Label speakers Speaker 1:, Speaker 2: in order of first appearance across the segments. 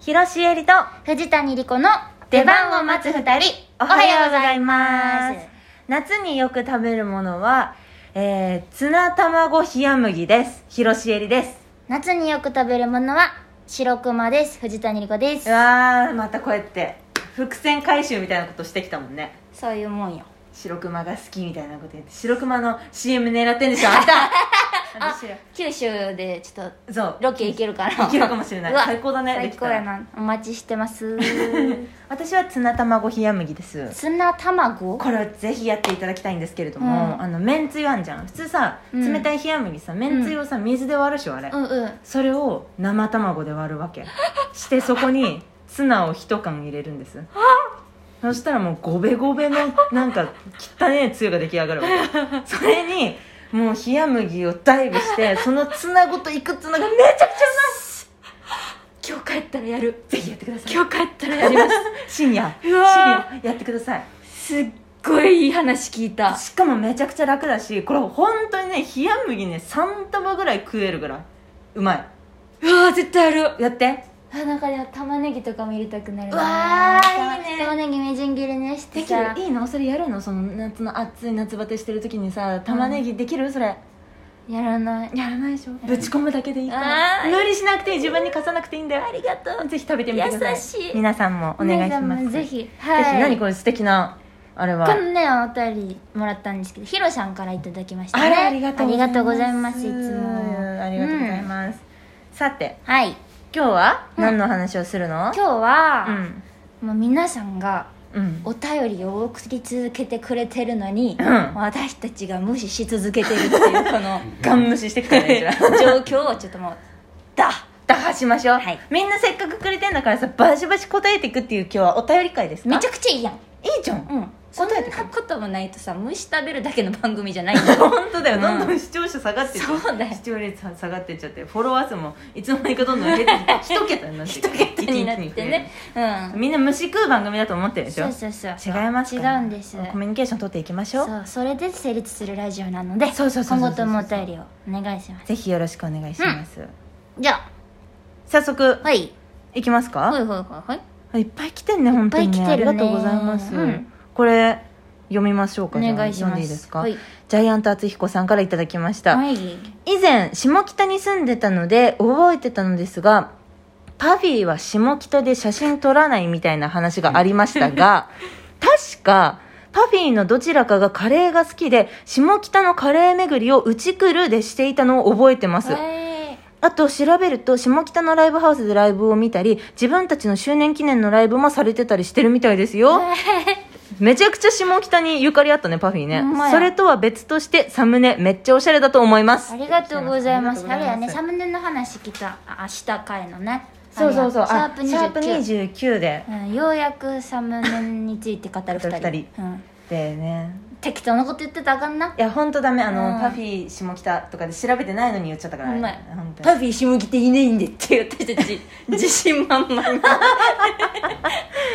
Speaker 1: 広しえりと
Speaker 2: 藤谷莉子の出番を待つ二人
Speaker 1: おはようございます夏によく食べるものは、えー、ツナ卵冷麦です広しえりです
Speaker 2: 夏によく食べるものは白熊です藤谷莉子です
Speaker 1: うわーまたこうやって伏線回収みたいなことしてきたもんね
Speaker 2: そういうもんよ
Speaker 1: 白熊が好きみたいなこと言って白熊の CM 狙ってんでしょ あんた
Speaker 2: あ
Speaker 1: 私ら
Speaker 2: 九州でちょっ
Speaker 1: そう
Speaker 2: とロケ行けるかな
Speaker 1: 行けるかもしれないう
Speaker 2: わ
Speaker 1: 最高だねで
Speaker 2: 最
Speaker 1: き
Speaker 2: 高
Speaker 1: たら
Speaker 2: やなお待ちしてます
Speaker 1: 私はツナ卵冷麦です
Speaker 2: ツナ卵
Speaker 1: これはぜひやっていただきたいんですけれども、
Speaker 2: うん
Speaker 1: あのめんつゆあんじゃん普通さ
Speaker 2: うん
Speaker 1: 冷たい冷麦さ、めんつゆをさ水で割るでしょあれ、
Speaker 2: うんうん
Speaker 1: それを生卵で割るわ けしてそこにツナを一缶入れるんですそしたらもうゴベゴベのなんか汚ねつゆが出来上がるわけそれにもう冷麦をダイブ してそのツナごといくツナがめちゃくちゃう
Speaker 2: 今日帰ったらやる
Speaker 1: まいぜひやって ください
Speaker 2: 今日帰ったらやります
Speaker 1: 深夜深
Speaker 2: うわ
Speaker 1: 夜やってください
Speaker 2: すっごいいい話聞いた
Speaker 1: しかもめちゃくちゃ楽だしこれ本当にね冷麦ね3束ぐらい食えるぐらいうま
Speaker 2: うわ絶対やる
Speaker 1: いやって
Speaker 3: あなんかでも玉ねぎとかも入れたくなる
Speaker 2: わー
Speaker 3: ね
Speaker 2: いいね
Speaker 3: 玉玉ねぎみじん切りにして
Speaker 1: できる
Speaker 3: さ
Speaker 1: いいのそれやるのその夏の暑い夏バテしてる時にさ玉ねぎできるそれ
Speaker 3: やらない
Speaker 1: やらないでしょぶち込むだけでいいから
Speaker 2: あー
Speaker 1: 無理しなくていい自分に貸さなくていいんだよありがとうぜひ食べてみてください
Speaker 2: 優しい
Speaker 1: 皆さんもお願いし
Speaker 3: 皆
Speaker 1: ます
Speaker 3: 様ぜ
Speaker 1: ぜひ
Speaker 3: ひはい
Speaker 1: 何これ素敵なあれは
Speaker 3: このねお便りもらったんですけどヒロさんからいただきましたね
Speaker 1: ら
Speaker 3: ありがとうございますいつも
Speaker 1: ありがとうございますさて
Speaker 3: はい
Speaker 1: 今日は何の話をするの
Speaker 3: 今日は、
Speaker 1: うん
Speaker 3: もう皆さんが
Speaker 1: うん
Speaker 3: お便りを送り続けてくれてるのに、
Speaker 1: うん
Speaker 3: 私たちが無視し続けてるっていう この
Speaker 1: ガン無視してきた ねじゃあ
Speaker 3: 状況をちょっともうだ
Speaker 1: 打破しましょう、
Speaker 3: はい
Speaker 1: みんなせっかくくれてんだからさバシバシ答えていくっていう今日はお便り会ですか
Speaker 3: めちゃくちゃいいやん
Speaker 1: いいじゃん
Speaker 3: うんそん
Speaker 1: 答
Speaker 3: な
Speaker 1: えてくれ
Speaker 3: こともないとさ虫食べるだけの番組じゃないんだ
Speaker 1: 本当だよ、
Speaker 3: うん
Speaker 1: どんどん視聴者下がってっちゃう
Speaker 3: そうだよ
Speaker 1: 視聴率下がってっちゃってフォロワー数もいつの間にかどんどん減っ てきて一桁になって一
Speaker 3: 手になってねうん
Speaker 1: みんな虫食う番組だと思ってるでしょ
Speaker 3: そうそうそう
Speaker 1: 違いますから
Speaker 3: 違うんです
Speaker 1: コミュニケーション取っていきましょう
Speaker 3: そうそれで成立するラジオなので
Speaker 1: そうそうそうそうそう
Speaker 3: 今後ともお便りをお願いします
Speaker 1: ぜひよろしくお願いします、
Speaker 3: じゃあ
Speaker 1: 早速
Speaker 3: はい
Speaker 1: いきますか
Speaker 3: ほ、いほいほいほい
Speaker 1: いっぱい来てんね本当にね
Speaker 3: いっぱい来て
Speaker 1: あ
Speaker 3: るね
Speaker 1: りがとうございます、
Speaker 3: うん
Speaker 1: これ読みましょうか
Speaker 3: お
Speaker 1: じゃあ
Speaker 3: 願いし
Speaker 1: 読ん
Speaker 3: ま
Speaker 1: ですいいですか、
Speaker 3: はい
Speaker 1: ジャイアント厚彦さんからいただきました、
Speaker 3: はい
Speaker 1: 以前下北に住んでたので覚えてたのですがパフィーは下北で写真撮らないみたいな話がありましたが 確かパフィーのどちらかがカレーが好きで下北のカレー巡りをうち来るでしていたのを覚えてます
Speaker 3: え
Speaker 1: あと調べると下北のライブハウスでライブを見たり自分たちの周年記念のライブもされてたりしてるみたいですよ、めちゃくちゃ下北にゆかりあったねパフィーね
Speaker 3: ほんまや
Speaker 1: それとは別としてサムネめっちゃおしゃれだと思います
Speaker 3: ーありがとうございます
Speaker 1: あ
Speaker 3: あ
Speaker 1: り
Speaker 3: れ
Speaker 1: がとうございま
Speaker 3: やね
Speaker 1: す
Speaker 3: サムネの話来たあ明日会のね
Speaker 1: そうそうそう
Speaker 3: あれやシャープ29
Speaker 1: 29で
Speaker 3: うん、ようやくサムネについて語る2 人
Speaker 1: 二
Speaker 3: うん、
Speaker 1: でね
Speaker 3: 適当なこと言ってたらあかんない
Speaker 1: や本当ダメあの、
Speaker 3: うん
Speaker 1: パフィー下北とかで調べてないのに言っちゃったから
Speaker 3: ほんまや
Speaker 1: 本当
Speaker 2: パ
Speaker 1: に
Speaker 2: フィー下着ていないんでって私た ち自信満々に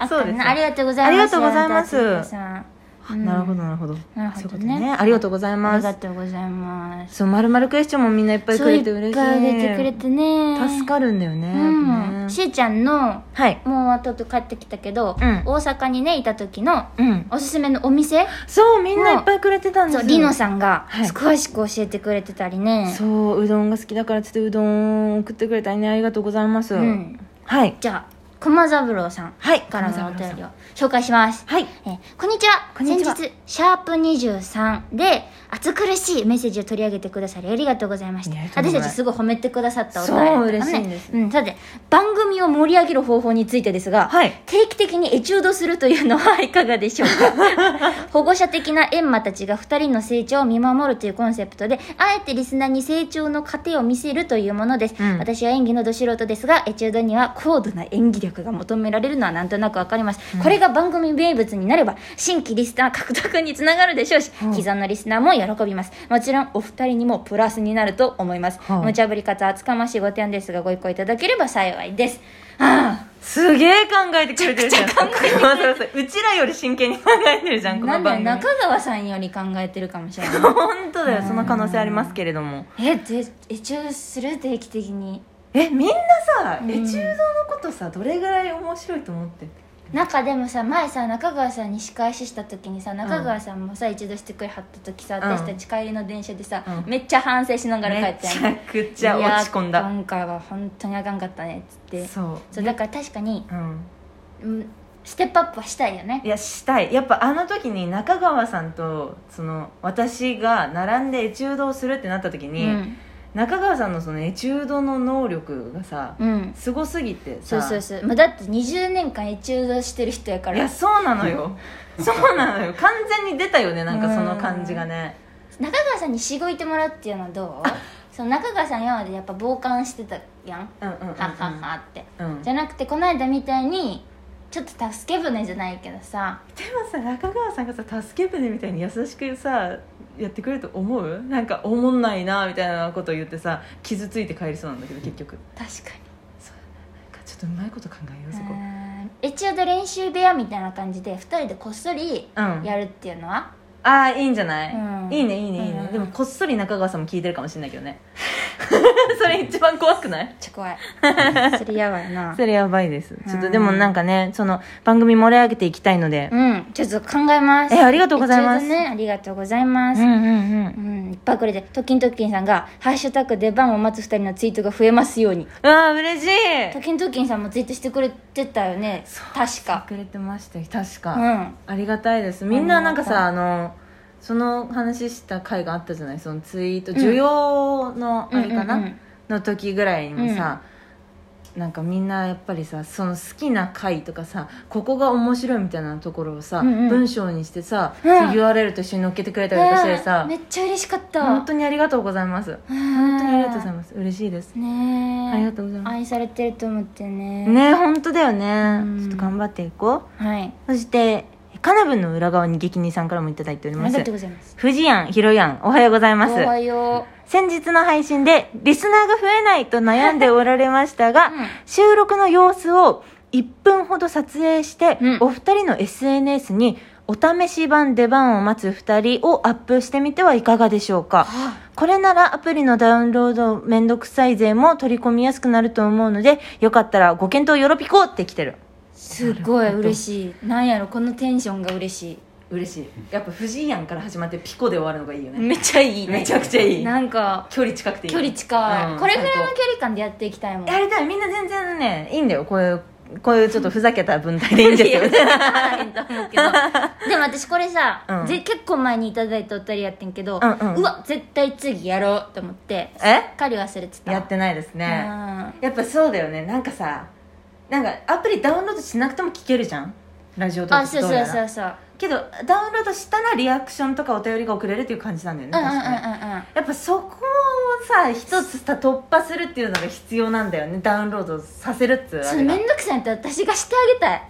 Speaker 3: あった
Speaker 1: そうですね
Speaker 3: なありがとうござい
Speaker 1: あ
Speaker 3: ます
Speaker 1: りがとうございます
Speaker 3: ジャイアント厚彦さん
Speaker 1: あなるほどなるほど
Speaker 3: なるほ
Speaker 1: そ
Speaker 3: どね
Speaker 1: ういうことねありがとうござい
Speaker 3: あ
Speaker 1: ま
Speaker 3: りが
Speaker 1: す
Speaker 3: とうございます
Speaker 1: そうまるまるクエスチョンもみんないっぱいくれて嬉しい
Speaker 3: そうっぱい出てくれてね
Speaker 1: 助かるんだよね,、
Speaker 3: うん
Speaker 1: ね
Speaker 3: しーちゃんの
Speaker 1: はい
Speaker 3: もう東京帰ってきたけど、
Speaker 1: うん
Speaker 3: 大阪にねいた時の
Speaker 1: うん
Speaker 3: おすすめのお店
Speaker 1: そうみんないっぱいくれてたんです
Speaker 3: そう
Speaker 1: よ
Speaker 3: りのさんが
Speaker 1: はい
Speaker 3: 詳しく教えてくれてたりね、
Speaker 1: そううどんが好きだからっつってうどん送ってくれたりねありがとうございます、
Speaker 3: うん
Speaker 1: はい
Speaker 3: じゃあ熊三郎さん
Speaker 1: はい
Speaker 3: からのお便りを紹介します
Speaker 1: はい
Speaker 3: えーこんにちは
Speaker 1: こんにちは
Speaker 3: 先日「シャープ #23」で暑苦しいメッセージを取り上げてくださりありがとうございました
Speaker 1: いやとんでも
Speaker 3: 私
Speaker 1: ない
Speaker 3: たちすごい褒めてくださったお便
Speaker 1: そう
Speaker 3: り
Speaker 1: 嬉
Speaker 3: だ
Speaker 1: しいんです
Speaker 3: うん、さて番組を盛り上げる方法についてですが、
Speaker 1: はい
Speaker 3: 定期的にエチュードするというのはいかがでしょ うか保護者的なエンマたちが2人の成長を見守るというコンセプトであえてリスナーに成長の過程を見せるというものです、
Speaker 1: うん
Speaker 3: 私は演技のど素人ですがエチュードには高度な演技力が求められるのはなんとなくわかります、これが番組名物になれば新規リスナー獲得につながるでしょうし、
Speaker 1: うん
Speaker 3: 既存のリスナーも喜びますもちろんお二人にもプラスになると思います、
Speaker 1: うん
Speaker 3: 無茶ぶりかつ厚かましいご提案ですがご意向いただければ幸いですああ
Speaker 1: すげえ考えてくれてるじゃん。熊沢さんうちらより真剣に考えてるじゃん、こ
Speaker 3: な
Speaker 1: の
Speaker 3: んだ
Speaker 1: 番
Speaker 3: よ
Speaker 1: 組。
Speaker 3: 中川さんより考えてるかもしれ ない
Speaker 1: 本当だよ、その可能性ありますけれども。
Speaker 3: えでエチューする定期的に
Speaker 1: いえみんなさ、
Speaker 3: うん
Speaker 1: エチュードのことさどれぐらい面白いと思ってんの
Speaker 3: なんかでもさ前さ中川さんに仕返しした時にさ中川さんもさ、一度してくれはった時さ
Speaker 1: うん
Speaker 3: 私たち帰りの電車でさ、
Speaker 1: うん
Speaker 3: めっちゃ反省しながら帰ったや
Speaker 1: め
Speaker 3: ん
Speaker 1: ちゃくちゃ落ち込ん
Speaker 3: いや
Speaker 1: だ
Speaker 3: 今回は本当にあかんかったねっつって
Speaker 1: そう
Speaker 3: そうだから確かに、
Speaker 1: うん
Speaker 3: うん、ステップアップはしたいよね
Speaker 1: いやしたいやっぱあの時に中川さんとその私が並んでエチュードをするってなった時に、
Speaker 3: うん、
Speaker 1: 中川さんのそのエチュードの能力がさ、
Speaker 3: うん、
Speaker 1: すごすぎてさ
Speaker 3: そうそうそう、まあ、だって20年間エチュードしてる人やか
Speaker 1: いや
Speaker 3: ら
Speaker 1: そうなの よそうなのよ完全に出たよねなんかその感じがね
Speaker 3: 中川さんにしごいてもらうっていうのはどうその中川さん今までやっぱ傍観してたやんは
Speaker 1: うんうんうんうん
Speaker 3: っはっはって
Speaker 1: うん
Speaker 3: じゃなくてこの間みたいにちょっと助け舟じゃないけどさ
Speaker 1: でもさ中川さんがさ助け舟みたいに優しくさやってくれると思うなんか思んないなみたいなことを言ってさ傷ついて帰りそうなんだけど結局なん
Speaker 3: 確か
Speaker 1: かちょっとうまいこと考えようそこ
Speaker 3: エチュード練習部屋みたいな感じで2人でこっそり
Speaker 1: うん
Speaker 3: やるっていうのは、
Speaker 1: ああいいんじゃない、
Speaker 3: うん
Speaker 1: いいねいいねいいね、
Speaker 3: うん
Speaker 1: でもこっそり中川さんも聞いてるかもしれないけど ねそれ一番怖くない
Speaker 3: ちょ 怖い それやばいな
Speaker 1: それやばいですちょっ
Speaker 3: う
Speaker 1: と
Speaker 3: ん
Speaker 1: でもなんかねその番組盛り上げていきたいので
Speaker 3: うんちょっと考えます
Speaker 1: えありがとうございます
Speaker 3: エチュードねありがとうございます、
Speaker 1: うんうんうん
Speaker 3: うん、いっぱいくれてトキントキンさんが「ハッシュタグ出番を待つ二人のツイートが増えますように
Speaker 1: うわー嬉し」
Speaker 3: ト
Speaker 1: い
Speaker 3: キントキンさんもツイートしてくれてたよね確か
Speaker 1: くれてましたよ確
Speaker 3: う
Speaker 1: か、
Speaker 3: ん
Speaker 1: ありがたいですみんななんかさ
Speaker 3: あ
Speaker 1: あのその話した回があったじゃないそのツイート需要のあれかな、
Speaker 3: うんうんうん
Speaker 1: の時ぐらいにもさ、なんかみんなやっぱりさその好きな回とかさここが面白いみたいなところをさ、
Speaker 3: うんうん
Speaker 1: 文章にしてさ、
Speaker 3: うん
Speaker 1: URL と一緒に載っけてくれたりとかしてさ、
Speaker 3: ねえめっちゃ嬉しかった
Speaker 1: 本当にありがとうございます
Speaker 3: 本
Speaker 1: 本当にありがとうございます嬉しいです
Speaker 3: ねえ
Speaker 1: ありがとうございます
Speaker 3: 愛されてると思ってね
Speaker 1: ね本当だよね、
Speaker 3: うん
Speaker 1: ちょっと頑張っていこう
Speaker 3: はい
Speaker 1: そしてカナブンの裏側に激にさんからもいただいており
Speaker 3: あ
Speaker 1: ま
Speaker 3: り
Speaker 1: す
Speaker 3: がとうございます
Speaker 1: 藤やん、ひろやん、おはようございま
Speaker 3: お
Speaker 1: す。
Speaker 3: はよ
Speaker 1: 先日の配信で、リスナーが増えないと悩んでおられました
Speaker 3: う、
Speaker 1: が、
Speaker 3: うん
Speaker 1: 収録の様子を1分ほど撮影して、
Speaker 3: うん
Speaker 1: お二人の SNS に、お試し版出番を待つ二人をアップしてみてはいかがでしょうかこれならアプリのダウンロードめんどくさい勢も取り込みやすくなると思うので、よかったらご検討よろぴこって来てる。
Speaker 3: すご
Speaker 1: な
Speaker 3: い
Speaker 1: るほど
Speaker 3: 嬉しいなんやろこのテンションが嬉しい
Speaker 1: 嬉しい。やっぱ藤井やんから始まってピコで終わるのがいいよ。
Speaker 3: めっちゃいいね
Speaker 1: めちゃくちゃいい
Speaker 3: なんか
Speaker 1: 距離近くて
Speaker 3: 距離近い、
Speaker 1: うん
Speaker 3: これぐらいの距離感でやっていきたいもん
Speaker 1: やりたいみんな全然ねいいんだよこういうこういうちょっとふざけた文体でいいんですよ
Speaker 3: けど でも私これさ、
Speaker 1: うん
Speaker 3: ぜ結構前にいただいたお便りやってんけど、
Speaker 1: うんうん
Speaker 3: わ絶対次やろうと思って す
Speaker 1: え
Speaker 3: っかり忘れてた
Speaker 1: やってないです
Speaker 3: う
Speaker 1: ね
Speaker 3: ん
Speaker 1: やっぱそうだよねなんかさなんかアプリダウンロードしなくても聞けるじゃんラジオトー
Speaker 3: あ
Speaker 1: ク
Speaker 3: そう
Speaker 1: ど
Speaker 3: そ
Speaker 1: や
Speaker 3: う
Speaker 1: ら
Speaker 3: そうそう
Speaker 1: けどダウンロードしたらリアクションとかお便りが送れるっていう感じなんだよね
Speaker 3: うんうんう
Speaker 1: 確
Speaker 3: ん
Speaker 1: かに
Speaker 3: うん
Speaker 1: やっぱそこをさ一つさ突破するっていうのが必要なんだよねダウンロードさせるっつうあ
Speaker 3: そ
Speaker 1: れ
Speaker 3: れ
Speaker 1: が
Speaker 3: めんどくさいんやったら私がしてあ げたい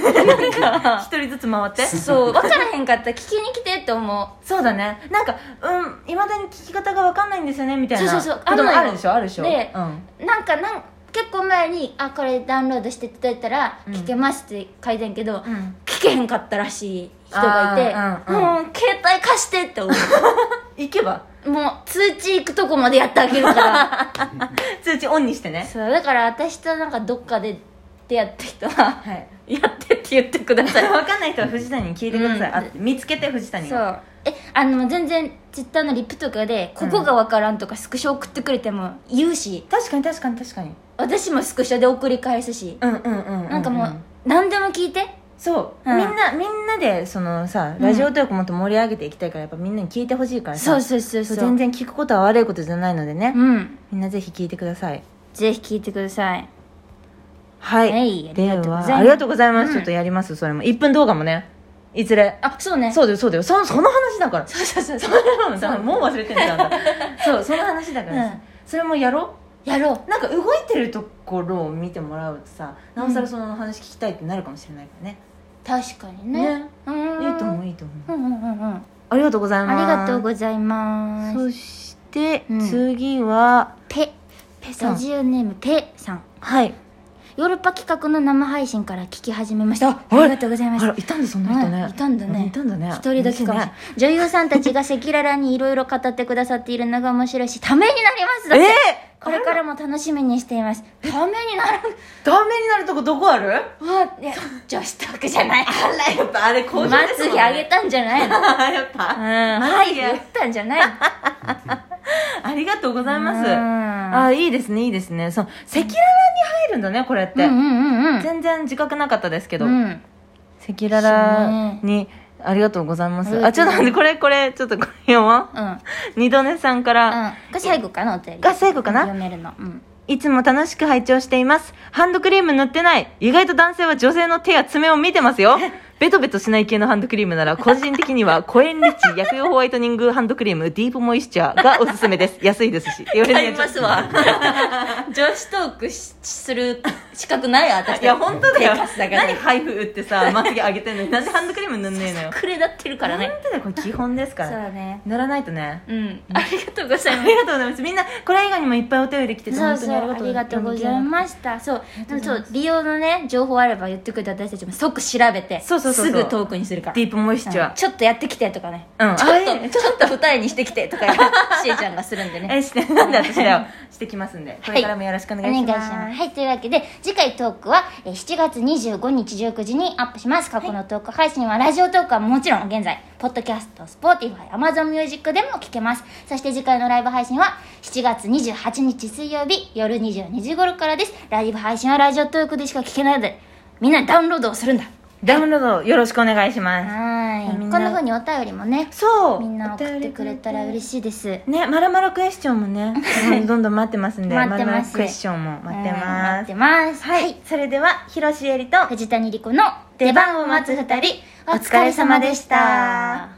Speaker 3: なんか
Speaker 1: 一人ずつ回 って
Speaker 3: そう分からへんかったら聞きに来てって思
Speaker 1: そうだねなんかうんいまだに聞き方が分かんないんですよねみたいな
Speaker 3: そうそうそう
Speaker 1: こともあ
Speaker 3: あるのよ
Speaker 1: るでしょあるでしょ
Speaker 3: で
Speaker 1: うん
Speaker 3: うなんかなん結構前にあこれダウンロードしていただいたら聞けますって書いてんけ
Speaker 1: う
Speaker 3: ど、
Speaker 1: ん、
Speaker 3: 聞けへんかったらしい人がいて、
Speaker 1: あーうんうん
Speaker 3: もう携帯貸してって思う
Speaker 1: 行けば
Speaker 3: もう通知行くとこまでやってあげるから
Speaker 1: 通知オンにしてね
Speaker 3: そうだから私となんかどっかで出会った人は
Speaker 1: はい
Speaker 3: やってって言ってください
Speaker 1: 分かんない人は藤谷に聞いてください、
Speaker 3: うん
Speaker 1: あ見つけて藤谷
Speaker 3: そ
Speaker 1: が
Speaker 3: うえあの全然ツイッターのリプとかでここがわからんとかスクショ送ってくれても言うし
Speaker 1: 確かに確かに確かに
Speaker 3: 私もスクショで送り返すし、
Speaker 1: うんうんうん、うん、
Speaker 3: なんかもう何でも聞いて
Speaker 1: そう、
Speaker 3: うん
Speaker 1: みんなみんなでそのさラジオトークもっと盛り上げていきたいからやっぱみんなに聞いてほしいからさ
Speaker 3: そうそうそうそ
Speaker 1: そうう全然聞くことは悪いことじゃないのでね、
Speaker 3: うん
Speaker 1: みんなぜひ聞いてください
Speaker 3: ぜひ聞いてください
Speaker 1: はい、
Speaker 3: はいあり
Speaker 1: で
Speaker 3: がとうございます
Speaker 1: はありがとうございます、
Speaker 3: うん
Speaker 1: ちょっとやりますそれも1分動画もねいずれ
Speaker 3: あそうね
Speaker 1: そうだよそうだよそその話だから
Speaker 3: そうそうそうそう
Speaker 1: それももう忘れてんじゃん あんたそうその話だからさ、
Speaker 3: うん
Speaker 1: それもやろう
Speaker 3: やろう
Speaker 1: なんか動いてるところを見てもらうとさなおさらその話聞きたいってなるかもしれないからね、
Speaker 3: 確かにね
Speaker 1: ね
Speaker 3: うーん
Speaker 1: いいと思ういいと思う
Speaker 3: うんうんうんうん
Speaker 1: ありがとうござい
Speaker 3: あ
Speaker 1: ます
Speaker 3: りがとうございます
Speaker 1: そして、
Speaker 3: うん
Speaker 1: 次は
Speaker 3: ペ
Speaker 1: ペさ
Speaker 3: ラ
Speaker 1: ん
Speaker 3: ジオネームペさん
Speaker 1: はい
Speaker 3: ヨーロッパ企画の生配信から聞き始めましたあ
Speaker 1: あれ
Speaker 3: りがとうございま
Speaker 1: あ
Speaker 3: す
Speaker 1: らいたんだそんな人ね、
Speaker 3: うんいたんだね
Speaker 1: ういたんだね
Speaker 3: 一人だけかもしれない女優さんたちが赤裸々にいろいろ語ってくださっているのが面白いしためになりますだ
Speaker 1: 嬉しい
Speaker 3: っ
Speaker 1: ね
Speaker 3: て
Speaker 1: え
Speaker 3: これからも楽しみにしていますためにな る
Speaker 1: ダメになるとこどこある
Speaker 3: わいや女子トークじゃない
Speaker 1: あらやっぱあれ工場
Speaker 3: ま
Speaker 1: ですも
Speaker 3: つ
Speaker 1: ん
Speaker 3: げ
Speaker 1: ね
Speaker 3: あげたんじゃないのう ん
Speaker 1: やっぱ、
Speaker 3: はい言ったんじゃないの
Speaker 1: ありがとうございます
Speaker 3: うん
Speaker 1: あいいですねいいですねそう赤裸々に入るんだねこれっ
Speaker 3: うん
Speaker 1: て、
Speaker 3: うんうんうん
Speaker 1: 全然自覚なかったですけど、
Speaker 3: うん
Speaker 1: 赤裸々にありがとうございます、あちょっと待ってこれこれちょっとこれ読もう
Speaker 3: うんうん
Speaker 1: 二度寝さんから、
Speaker 3: が最後かなお便り
Speaker 1: が最後かな
Speaker 3: 読めるのうん
Speaker 1: いつも楽しく拝聴しています。ハンドクリーム塗ってない。意外と男性は女性の手や爪を見てますよ。ベトベトしない系のハンドクリームなら、個人的に は、コエンリッチ薬用ホワイトニングハンドクリーム、ディープモイスチャーがおすすめです。安い ですし。言われ
Speaker 3: 買いますわ 女子トークしする資格ないわ私
Speaker 1: いや、本当だよ。
Speaker 3: 手貸すだけ
Speaker 1: 何
Speaker 3: で
Speaker 1: 配布売ってさ、まつげ上げてんのに、なんでハンドクリーム塗んねえのよ。
Speaker 3: くれだってるからね
Speaker 1: 本当だよ、これ基本ですか
Speaker 3: そう
Speaker 1: ら。
Speaker 3: だね
Speaker 1: 塗らないとね。
Speaker 3: うんありがとうござい
Speaker 1: あ
Speaker 3: ま
Speaker 1: りがとうございます。みんな、これ以外にもいっぱいお便り来てて、
Speaker 3: すそう
Speaker 1: 本当
Speaker 3: そう
Speaker 1: にありが
Speaker 3: あ
Speaker 1: とう
Speaker 3: りがとうございましたそうでもそう美容のね情報あれば言ってくれた私たちも即調べて
Speaker 1: そうそうそうそう
Speaker 3: すぐトークにするから
Speaker 1: ディープモイスチ
Speaker 3: う
Speaker 1: ャ
Speaker 3: ん
Speaker 1: ー。
Speaker 3: ちょっとやってきてとかね、
Speaker 1: うん
Speaker 3: ちょ
Speaker 1: あ
Speaker 3: っ
Speaker 1: いいね
Speaker 3: とちょっと二重にしてきてとかしえちゃんがするんでね
Speaker 1: え、して、なんで私だよ。してきますんで、これからもよろしくお
Speaker 3: お
Speaker 1: 願いします。
Speaker 3: はいというわけで次回トークはえー7月25日19時にアップします過去のトーク配信はラジオトークはもちろん現在ポッドキャスト Spotify Amazon Music でも聞けますそして次回のライブ配信は7月28日水曜日夜22時頃からですライブ配信はラジオトークでしか聞けないのでみんなダウンロードをするんだ
Speaker 1: ダウンロードよろしくお願いしま
Speaker 3: は
Speaker 1: ーい
Speaker 3: いこんな風にお便りもね
Speaker 1: す。そう。
Speaker 3: みんな送ってくれたら嬉
Speaker 1: し
Speaker 3: しいです
Speaker 1: い。ね、まるまるクエスチョンも ね、どんどん待ってますんで、
Speaker 3: 待ってま
Speaker 1: まる
Speaker 3: す
Speaker 1: まるクエスチョンも待って
Speaker 3: うん待
Speaker 1: ま
Speaker 3: っ
Speaker 1: す
Speaker 3: て。ます
Speaker 1: はい、それでは、広瀬えりと、
Speaker 3: 藤谷莉子の
Speaker 1: 出番を待つ二人お疲れ様でした